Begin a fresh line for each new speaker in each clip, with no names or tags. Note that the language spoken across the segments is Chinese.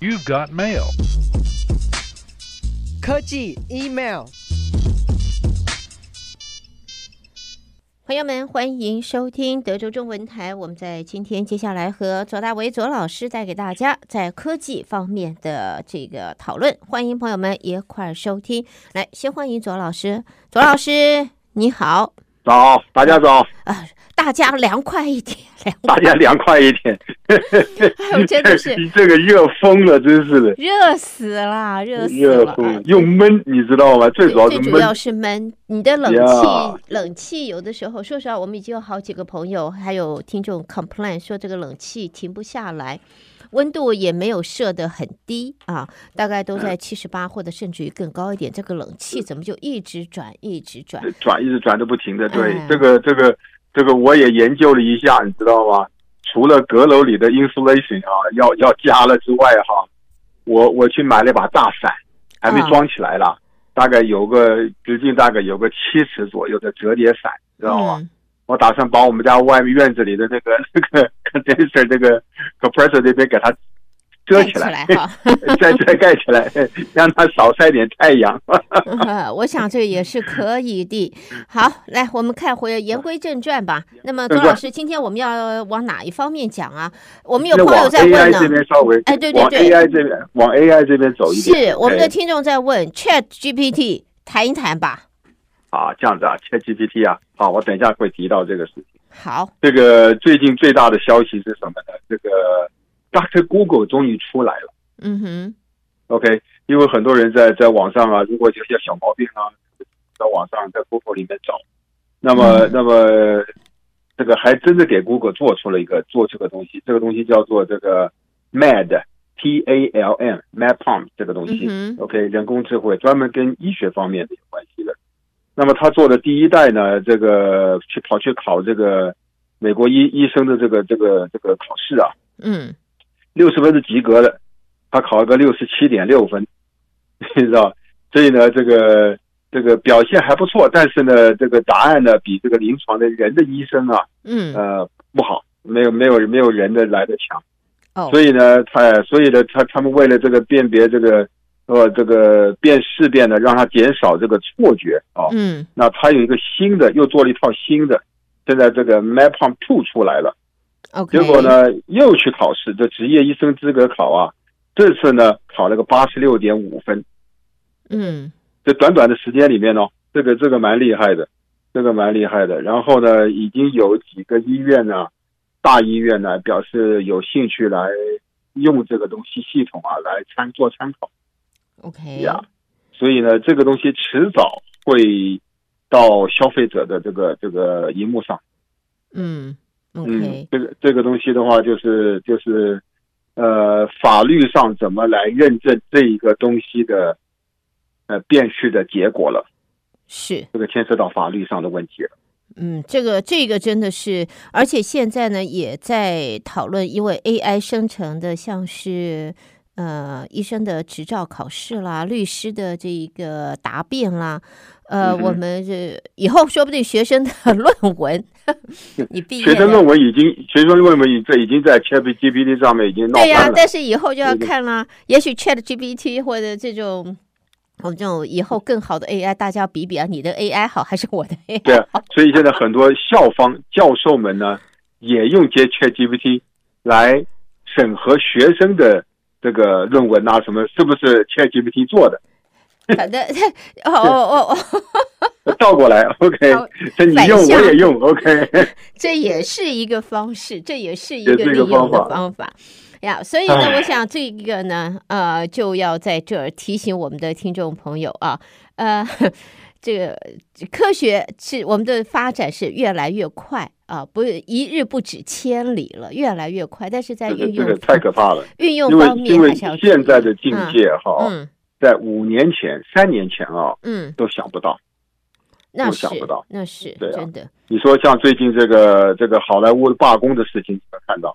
You've got mail.
科技 email，
朋友们，欢迎收听德州中文台。我们在今天接下来和左大为左老师带给大家在科技方面的这个讨论，欢迎朋友们一块儿收听。来，先欢迎左老师，左老师你好，
早，大家早，
大家凉快一点， 凉
大家凉快一 点。
快，真的是
这个 热疯了，真是的，
热死了，热死
热
了。
疯了又闷，你知道吗？最主要是
最主
闷。
要是闷，你的冷
呀
气，冷气有的时候，说实话，我们已经有好几个朋友还有听众 complain 说这个冷气停不下来，温度也没有设得很低啊，大概都在七十八或者甚至于更高一点，这个冷气怎么就一直转一直转？
转一直转的不停的，对
哎，
这个这个这个我也研究了一下，你知道吗？除了阁楼里的 insulation 啊，要要加了之外哈、我我去买了一把大伞，还没
啊
装起来啦，大概有个直径大概有个七尺左右的折叠伞，知道吗？
嗯
我打算把我们家外面院子里的那个 那个 condenser 那个 compressor 那边给它遮
站
起
起
来
来， 哈，
再再盖起来，让它少晒点太阳。
我想这也是可以的。好，来我们看回言归正传吧。那么周
正
老
传
师，今天我们要往哪一方面讲啊？我们有
那
朋
往
友在问
AI
呢
这。边稍微，
哎对对
往
对
AI 这边往 AI 这边走一点。
是我们的
哎
听众在问 Chat GPT，谈一谈吧。
啊，这样子啊，ChatGPT 啊，好，我等一下会提到这个事情。
好，
这个最近最大的消息是什么呢？这个 Dr. Google 终于出来了。
嗯哼，
OK，因为很多人在在网上啊，如果有些小毛病啊，在网上在 Google 里面找，那么、
嗯
那么这个还真的给 Google 做出了一个做出个东西，这个东西叫做这个 MAD P A L M MAD Pump 这个东西。
嗯哼，
OK，人工智慧专门跟医学方面的有关系的。那么他做的第一代呢，这个去跑去考这个美国医医生的这个这个这个考试啊，
嗯，
六十分是及格的，他考了个六十七点六分， 你知道？所以呢，这个这个表现还不错，但是呢，这个答案呢比这个临床的人的医生啊，
嗯，
呃，不好，没有没有没有人的来的强。
哦，
所以呢，他所以呢，他他们为了这个辨别这个呃这个辨识辨呢，让它减少这个错觉啊。
嗯
那他有一个新的，又做了一套新的，现在这个 MapOn Two 出来了，
，OK，
结果，呢又去考试，这职业医生资格考啊，这次呢考了个八十六点五分，
嗯
这短短的时间里面呢，这个这个蛮厉害的，这个蛮厉害的。然后呢，已经有几个医院呢，大医院呢表示有兴趣来用这个东西系统啊来参做参考
，OK，
呀。所以呢，这个东西迟早会到消费者的这个这个荧幕上。
嗯
嗯
，OK，，
这个这个东西的话，就是就是，呃，法律上怎么来认证这一个东西的呃辨识的结果了？
是，
这个牵涉到法律上的问题了。
嗯，这个这个真的是，而且现在呢也在讨论，因为 AI 生成的像是呃医生的执照考试啦、律师的这一个答辩啦，呃，
嗯哼
我们这以后说不定学生的 论文，你毕业
学生
了
论文已经，学生论文已这已经在 ChatGPT 上面已经闹
对呀、
翻了。
但是以后就要看啦，也许 Chat GPT 或者这种。我们这种以后更好的 AI，大家比比啊，你的 AI 好还是我的 AI？
对 啊，所以现在很多校方教授们呢，也用接 ChatGPT 来审核学生的这个论文啊，什么是不是 ChatGPT 做的？
反正哦哦哦哦，
倒过来，OK，
哦
这你用
反向
我也用，OK，
这也是一个方式，这也是一个
也是一
利
个
用的
方法哎
方法哎呀。所以呢，
唉
我想这个呢，呃，就要在这儿提醒我们的听众朋友啊，呃， 这个科学是我们的发展是越来越快啊，不是一日不止千里了，越来越快。但是在
这个
运
这
用
个太可怕了，
运用
因为
方面
因为
还是要注意
现在的境界啊哈，
嗯
在五年前、三年前啊
嗯，
都想不到。
那
我
是
想不到
那是
对啊
真的，
你说像最近这个这个好莱坞罢工的事情，你们看到？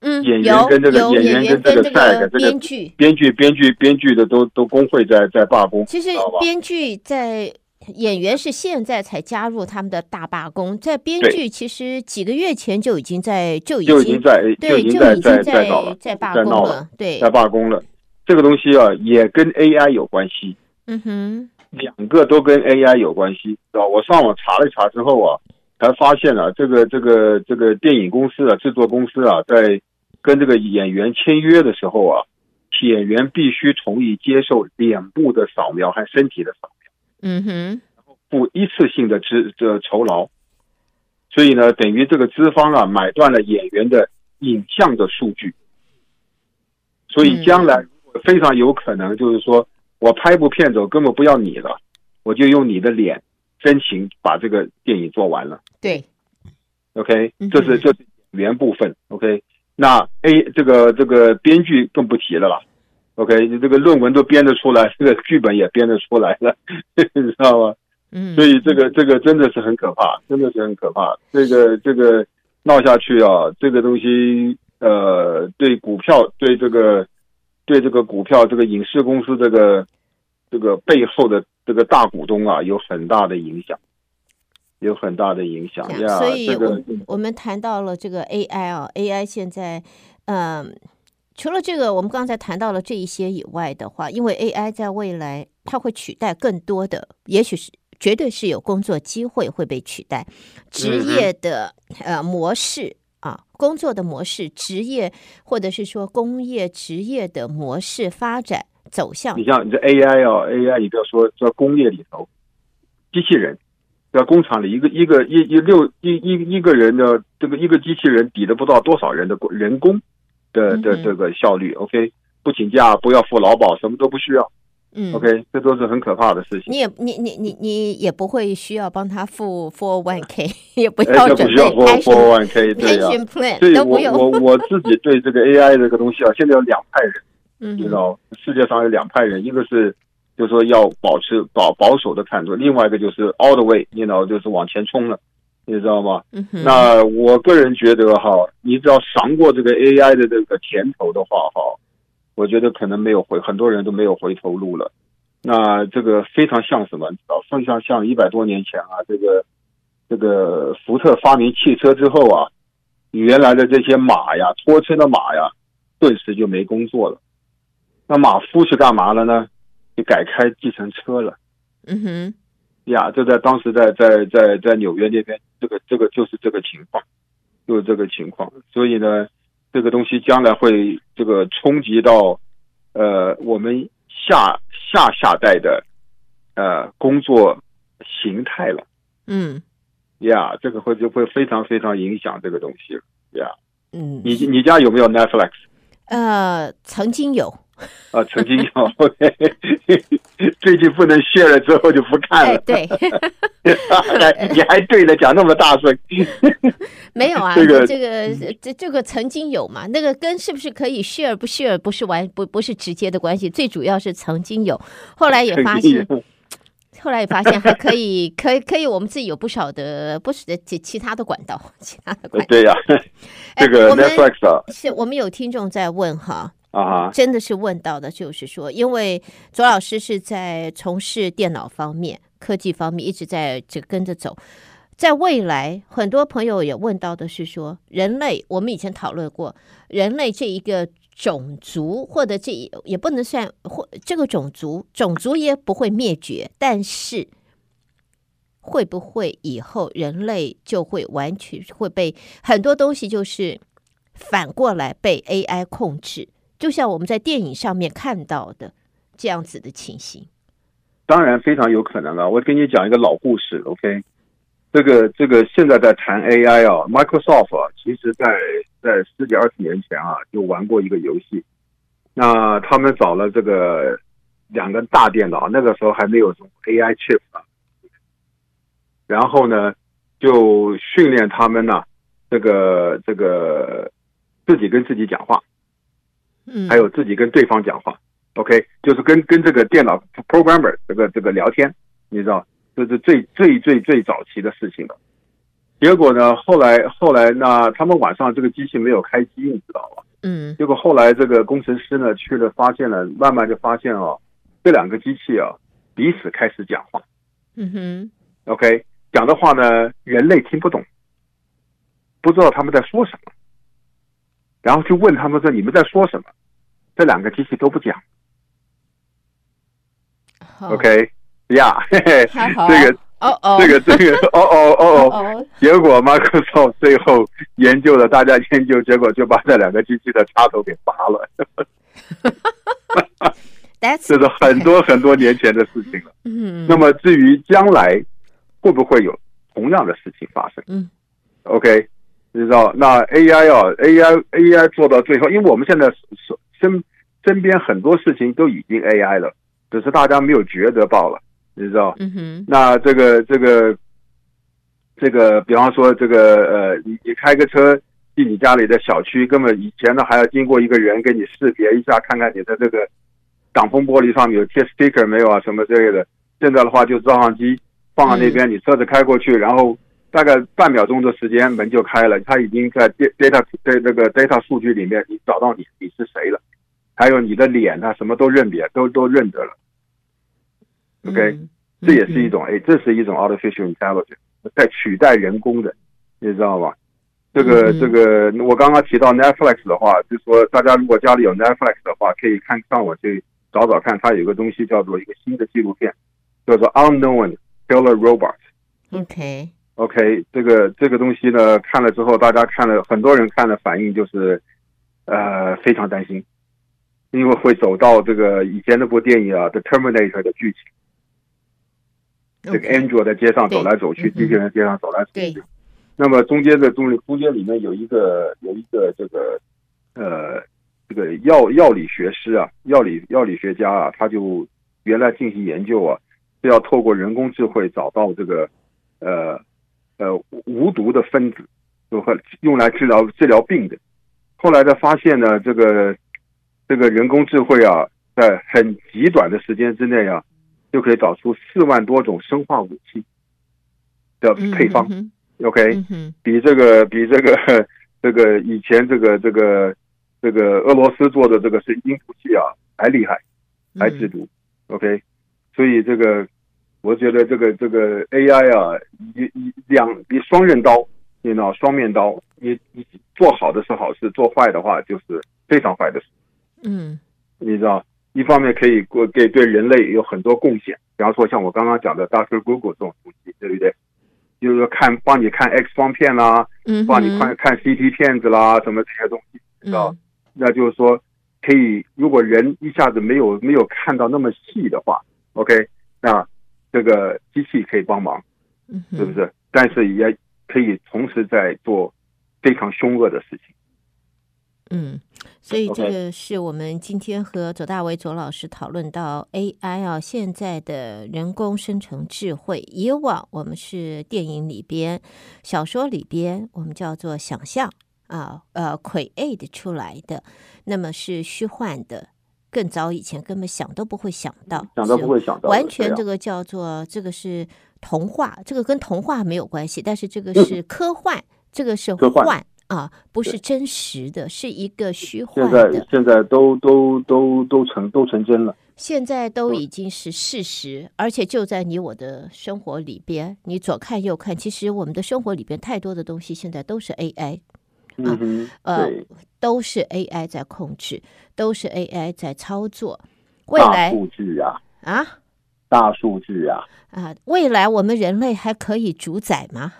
嗯，
演员
有
跟这个
有
演员
员
跟这个
这
赛的这个
编剧。
编剧、编剧、编剧的都都工会在在罢工，
其实
知道吧
编剧在演员是现在才加入他们的大罢工，在编
对
剧其实几个月前就已经在就已
就已经
经
在
对
已经
就
在
已经
在
在
在搞了，
在罢
在
工
闹
了，对
在，罢工了。这个东西啊，也跟 AI 有关系，
嗯哼，
两个都跟 AI 有关系，知道？我上网查了一查之后啊，才发现啊，这个这个这个电影公司啊，制作公司啊，在跟这个演员签约的时候啊，演员必须同意接受脸部的扫描和身体的扫
嗯哼，
描，付一次性的支这酬劳。所以呢，等于这个资方啊，买断了演员的影像的数据。所以将来非常有可能就是说我拍部片子，我根本不要你了，我就用你的脸真情把这个电影做完了。
对，
OK，
嗯哼
这是这是演员部分。OK，那 A 这个这个编剧更不提了啦。OK，你这个论文都编得出来，这个剧本也编得出来了， 你知道吗？
嗯，
所以这个这个真的是很可怕，真的是很可怕。这个这个闹下去啊，这个东西呃，对股票，对这个对这个股票，这个影视公司这个这个背后的这个大股东啊，有很大的影响，有很大的影响
这
呀
样。所以
啊这
我
个
们我们谈到了这个 AI 啊，AI 现在，嗯，除了这个我们刚才谈到了这一些以外的话，因为 AI 在未来它会取代更多的，也许是绝对是有工作机会会被取代，职
嗯哼
业的呃模式。啊，工作的模式、职业或者是说工业职业的模式发展走向
你，像你这 AI 啊，AI，你不要说在工业里头，机器人，在工厂里一个一个一一六一一一个人的这个一个机器人抵得不到多少人的工人工的的
嗯哼
这个效率。OK，不请假，不要付劳保，什么都不需要。
嗯
OK，这都是很可怕的事情。
你也你你你你也不会需要帮他付 four oh one k，也 不
哎
要
这
准
不
备
需
pension
要 four four one k，对呀、
pension plan
所以
都
我
不用。
我我自己对这个 AI 这个东西啊，现在有两派人。
嗯
你知道，世界上有两派人，一个是就说要保持保保守的态度，另外一个就是 all the way，你知道，就是往前冲了，你知道吗？
嗯哼，
那我个人觉得哈，你只要尝过这个 AI 的这个甜头的话哈，我觉得可能没有回，很多人都没有回头路了。那这个非常像什么？你知道，非常像一百多年前啊，这个这个福特发明汽车之后啊，原来的这些马呀，拖车的马呀，顿时就没工作了。那马夫是干嘛了呢？就改开计程车了。
嗯哼，
呀，这在当时在在在在纽约那边，这个这个就是这个情况，就是这个情况。所以呢，这个东西将来会这个冲击到，呃，我们下下下代的呃工作形态了。
嗯
呀，这个会就会非常非常影响这个东西了。呀，
嗯
你你家有没有 Netflix？
呃，曾经 有，
啊，曾经有，OK，最近不能 share 了之后就不看
哎
了。 哎
对，
你还对了，讲那么大声。
没有啊，
这个嗯
这个这这个曾经有嘛，那个跟是不是可以 share 不 share 不是完不不是直接的关系，最主要是曾经有，后来也发现后来也发现还可以，可以，可以，我们自己有不少的不少的其其他的管道，其他的管道。
对呀、
哎
这个
我们
Netflix 啊
是我们有听众在问哈，
啊哈，
真的是问到的，就是说，因为左老师是在从事电脑方面、科技方面一直在这跟着走，在未来，很多朋友也问到的是说，人类，我们以前讨论过，人类这一个种族或者这一也不能算或这个种族，种族也不会灭绝，但是。会不会以后人类就会完全会被很多东西就是反过来被 AI 控制，就像我们在电影上面看到的这样子的情形。
当然非常有可能啊。我给你讲一个老故事，OK？这个这个现在在谈 AI 啊，Microsoft 啊，其实在在十几二十年前啊，就玩过一个游戏。那他们找了这个两个大电脑，那个时候还没有什么 AI chip 啊。然后呢，就训练他们呢、这个这个自己跟自己讲话。
嗯，
还有自己跟对方讲话。OK，就是跟跟这个电脑 programmer 这个这个聊天，你知道，这是最最最最早期的事情了。结果呢，后来后来那他们晚上这个机器没有开机，你知道吧？
嗯
结果后来这个工程师呢去哦了，发现了，慢慢就发现哦，这两个机器啊彼此开始讲话。
嗯嗯哼，
OK，讲的话呢，人类听不懂，不知道他们在说什么，然后去问他们说你们在说什么，这两个机器都不讲。
好
OK，呀、嘿嘿，
太哦好，
这个
哦哦，
这个这个，哦哦哦哦，
哦
结果 Microsoft 最后研究了，大家研究，结果就把这两个机器的插头给拔了，
，That's
这是很多很多年前的事情了。
哎嗯，
那么至于将来会不会有同样的事情发生？
嗯
，OK，你知道那 AI 啊，AI AI 做到最后，因为我们现在手身身边很多事情都已经 AI 了，只是大家没有觉得到了，你知道？
嗯哼，
那这个这个这个，比方说这个呃，你你开个车进你家里的小区，根本以前呢还要经过一个人给你识别一下，看看你的这个挡风玻璃上面有贴 sticker 没有啊，什么之类的。现在的话就是照相机放在那边，你车子开过去，然后大概半秒钟的时间门就开了，它已经在 da- data 在这个 data 数据里面，你找到你你是谁了，还有你的脸啊，什么都认别，都都认得了。OK，
嗯
这也是一，种，哎，这是一种 artificial intelligence，在取代人工的，你知道吗？这个
嗯
这个，我刚刚提到 Netflix 的话，就说大家如果家里有 Netflix 的话，可以看上网去找找看，它有个东西叫做一个新的纪录片，叫做 Unknown Killer Robot。
嗯嗯 OK，
OK，这个这个东西呢，看了之后，大家看了，很多人看了反应就是，呃，非常担心，因为会走到这个以前那部电影啊，《The Terminator》的剧情。这个 Android 在街上走来走去，
对嗯哼
机器人在街上走来走
对
去。那么中间的中中间里面有一个有一个这个呃这个药药理学师啊，药理药理学家啊，他就原来进行研究啊，是要透过人工智慧找到这个呃呃无无毒的分子，就和用来治疗治疗病的。后来的发现呢，这个这个人工智慧啊，在很极短的时间之内啊，就可以找出四万多种生化武器的配方。
嗯
OK，、
哼嗯哼，
比这个 比这个这个以前这个这个这个俄罗斯做的这个是音符器啊，还厉害，还制毒。OK，所以这个我觉得这个这个 AI 啊，一一两一双刃刀，你知道双面刀，你你做好的是好事，做坏的话就是非常坏的事。
嗯
你知道，一方面可以过给对人类有很多贡献，比方说像我刚刚讲的 Dr. Google 这种东西，对不对？就是说看帮你看 X 光片啊啦、
嗯哼，
帮你看看 CT 片子啦，什么这些东西，
嗯
道那就是说可以，如果人一下子没有没有看到那么细的话，OK，那这个机器可以帮忙，
嗯哼
是不是？但是也可以同时在做非常凶恶的事情。
嗯，所以这
OK
个是我们今天和左大为左老师讨论到 AI 啊，现在的人工生成智慧，以往我们是电影里边、小说里边，我们叫做想象啊，呃，create 出来的，那么是虚幻的，更早以前根本想都不会想到，
嗯想都不
是
会想到的，
完全
对
这
啊
个叫做这个是童话，这个跟童话没有关系，但是这个是科幻，这个是
嗯科幻
幻啊，不
对
是真实的，是一个虚幻
现在
的。
现在都都都都成都成真了。
现在都
嗯
已经是事实，而且就在你我的生活里边，你左看右看，其实我们的生活里边太多的东西现在都是 AI，
嗯哼，
呃
对，
都是 AI 在控制，都是 AI 在操作。未
大
来
数据啊，
啊
大数据啊，
啊，未来我们人类还可以主宰吗？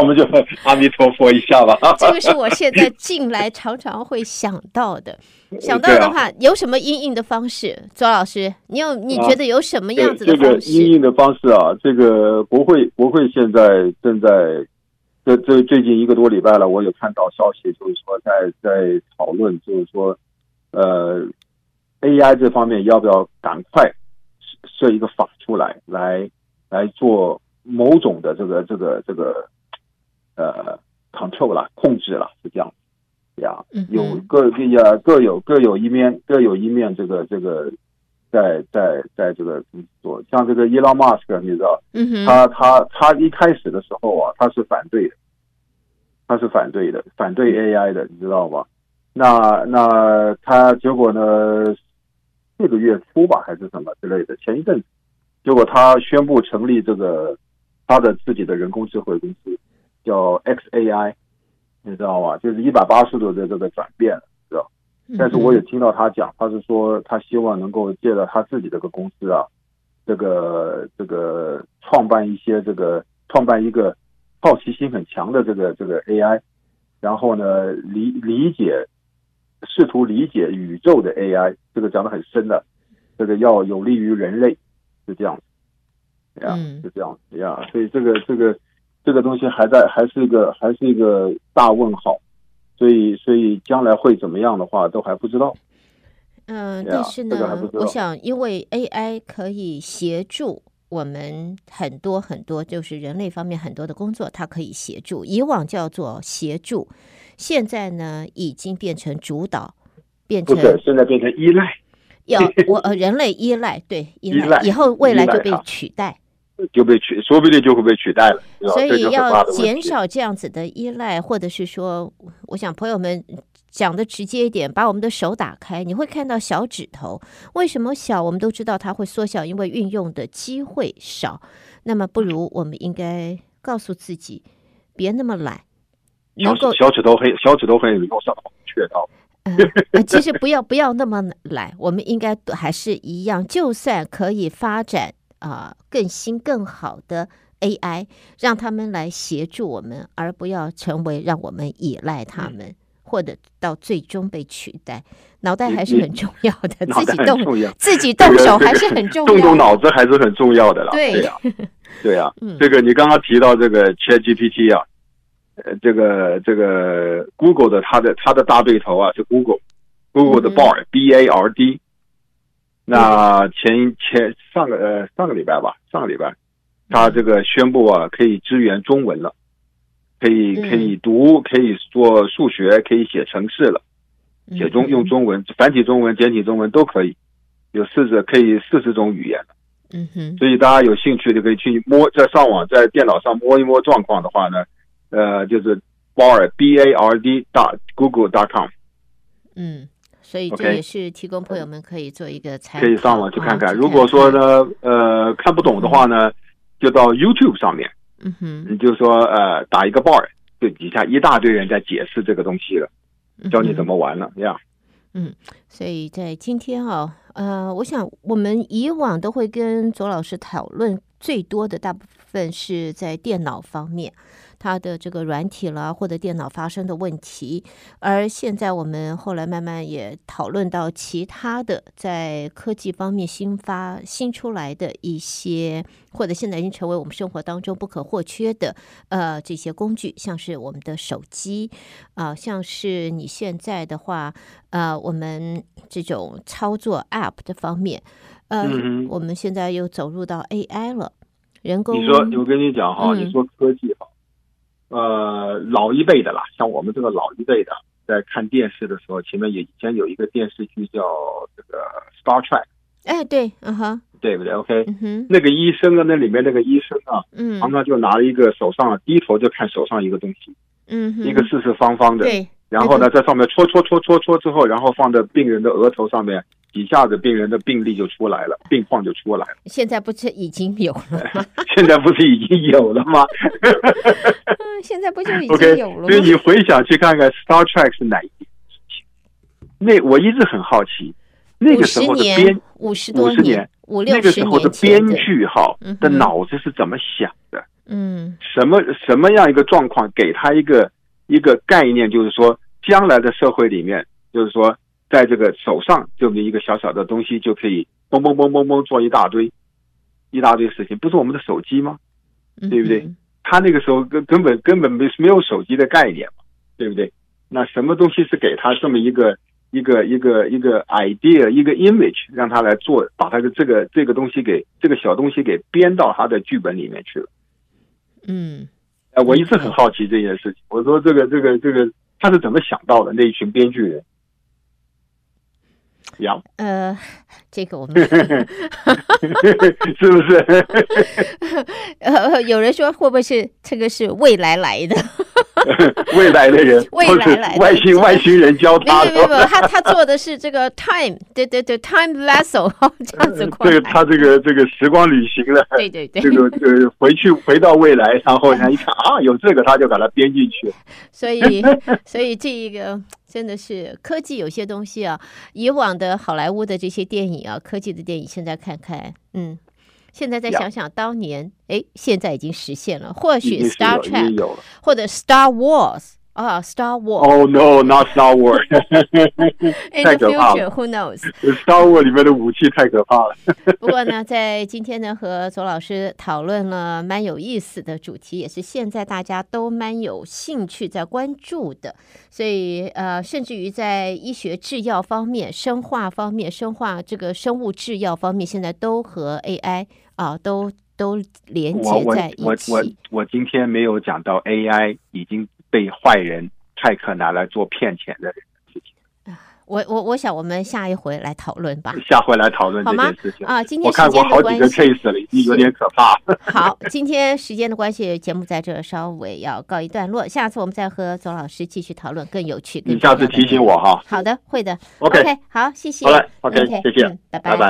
我们就阿弥陀佛一下吧。
这个是我现在进来常常会想到 的。想到
对啊啊
的话，有什么应应的方式？左老师，你有你觉得有什么样子的
这个
方
应
式？
用的方式啊，这个国会国会现在正在这这最近一个多礼拜了，我有看到消息，就是说在在讨论，就是说呃 AI 这方面要不要赶快设一个法出来，来来做某种的这个这个这个呃 control 啦，控制啦，是这样子呀。
嗯哼
有各也各有各有一面，各有一面这个这个，在在在这个怎么做？像这个伊朗马斯克，你知道，
嗯哼，
他他他一开始的时候啊，他是反对的，他是反对的，反对 AI 的，你知道吗？那那他结果呢？这个月初吧，还是什么之类的，前一阵子结果他宣布成立这个他的自己的人工智慧公司，叫 XAI，你知道吗？就是一百八十度的这个转变，知道。
嗯
但是我也听到他讲，他是说他希望能够借着他自己这个公司啊，这个这个创办一些这个创办一个好奇心很强的这个这个 AI，然后呢理理解试图理解宇宙的 AI，这个讲的很深的，这个要有利于人类，是这样子，呀、
嗯
是这样子哎呀所以这个这个这个东西还在还是一个还是一个大问号，所以所以将来会怎么样的话都还不知道。
嗯，
对
但
啊
是
这个还
呢
不知，
我
道
想，因为 AI 可以协助我们很多很多，就是人类方面很多的工作，它可以协助。以往叫做协助，现在呢已经变成主导，变
不
成
是，现在变成依赖，
要我呃人类依赖，对依
依
赖，
赖
以后未
依
来
赖
就被
它
取代，
就被取，说不定就会被取代了，对吧
所
这
以
就很大
要
的问题
减少这样子的依赖，或者是说，我想朋友们讲的直接一点，把我们的手打开，你会看到小指头。为什么小？我们都知道它会缩小，因为运用的机会少。那么不如我们应该告诉自己，别那么懒，
小
能够
小指头很小指头很有用上确到，
嗯，呃其实不要不要那么懒，我们应该都还是一样，就算可以发展啊、更新更好的 AI，让他们来协助我们，而不要成为让我们依赖他
嗯
们，或者到最终被取代。脑袋
你
还是
你
很重要的，
脑
自己
袋很
动
重要。
自己
这
动
个
手
这
还
个
是很重
动
要
动
的。
脑子还是很重要的啦。
对
呀、对呀、
嗯
这个你刚刚提到这个 ChatGPT 啊，呃，这个这个 Google 的它的它的大对头啊是 Google，Google 的
嗯
Bard、B A R D。那前前上个呃上个礼拜吧，上个礼
嗯
拜，它这个宣布啊可以支援中文了，可以
嗯
可以读，可以做数学，可以写程式了。写中用
嗯
中文，繁体中文、简体中文都可以，有四十可以四十种语言，
嗯哼，
所以大家有兴趣的可以去摸，在上网在电脑上摸一摸状况的话呢，呃，就是 bard b a r d dot google dot com
嗯，所以这
OK
也是提供朋友们可以做一个参考，
可以上网去看
啊
看。如果说，呢，呃，看不懂的话呢，就到 YouTube 上面，
嗯哼，
你就说呃打一个 bard，就底下一大堆人在解释这个东西了，教你
么。
怎么玩了呀。
所以在今天啊、呃，我想我们以往都会跟左老师讨论最多的大部分是在电脑方面，它的这个软体啦，或者电脑发生的问题。而现在我们后来慢慢也讨论到其他的，在科技方面新发新出来的一些，或者现在已经成为我们生活当中不可或缺的呃这些工具，像是我们的手机啊、像是你现在的话，呃，我们这种操作 App 的方面，呃，
嗯哼
我们现在又走入到 AI 了，人工
你说，我跟你讲哈，
嗯
你说科技哈，呃，老一辈的啦，像我们这个老一辈的，在看电视的时候，前面也以前有一个电视剧叫这个《Star Trek》，
哎，对，嗯哼，
对不对？OK，
嗯哼，
那个医生啊，那里面那个医生啊，
嗯
常常就拿一个手上低头就看手上一个东西，
嗯哼，
一个四四方方的，
对，
然后呢，在上面戳戳戳戳戳之后，然后放在病人的额头上面，一下子病人的病历就出来了，病况就出来了。
现在不是已经有了 吗？
现在不是已经有了吗？
嗯现在不就已
OK，
经有了
所以
吗？
你回想去看看《Star Trek》是哪一年？那我一直很好奇，那
五
个时
十
候的编
年，五十多
50年，
五六
那个
十
时候的
年
编
前的，
剧哈
嗯哼
的脑子是怎么想的？
嗯
什么什么样一个状况给他一个一个概念？就是说，将来的社会里面，就是说，在这个手上这么一个小小的东西就可以嘣嘣嘣嘣嘣做一大堆一大堆事情，不是我们的手机吗？
嗯哼，
对不对他那个时候根根本根本没没有手机的概念嘛，对不对？那什么东西是给他这么一个一个一个一个 idea 一个 image，让他来做，把他的这个这个东西给这个小东西给编到他的剧本里面去了？
嗯
哎，我一直很好奇这件事情。我说这个这个这个他是怎么想到的？那一群编剧人，呀，
呃，这个我们
是 不是？
呃，有人说会不会是这个是未来来的？
未来的人，
未
都
来
是
来的
外星外星人教
没有
他
没有没有，
的。
他他做的是这个 time，对对对，time vessel 哦这样子过
呃这个
来，
他这个这个时光旅行了，
对对对
这，个呃回去回到未来，然后人一看啊有这个，他就把它编进去。
所 以 所以这一个真的是科技有些东西啊，以往的好莱坞的这些电影啊，科技的电影，现在看看，嗯，现在再
呀
想想当年，哎，现在已经实现了，或
已
许
经是
Star
有，已经
Trek
有了。
或者 Star Wars 啊，Star Wars
Oh no, not Star Wars！
in the
太可怕
future
了
who knows。
Star Wars 里面的武器太可怕了。
不过呢，在今天呢，和左老师讨论了蛮有意思的主题，也是现在大家都蛮有兴趣在关注的。所以呃，甚至于在医学制药方面、生化方面、生化这个生物制药方面，现在都和 AI 啊、都都连
我
接
我
在一
我我
起。
我今天没有讲到 AI 已经被坏人骇客拿来做骗钱的人，
我我我想我们下一回来讨论吧。
下回来讨论
好
这
吗
件事情。
啊，今天
我
时
看过
间
好
的
几
关
个
系，
case 了，已经有点可怕了。
好，今天时间的关系，节目在这稍微要告一段落。下次我们再和左老师继续讨论更有趣、更
你下次
嗯重要的
提醒我哈。
好的，会的。
OK，
好，谢谢。
好嘞，OK，
OK，
谢谢
嗯，拜
拜拜。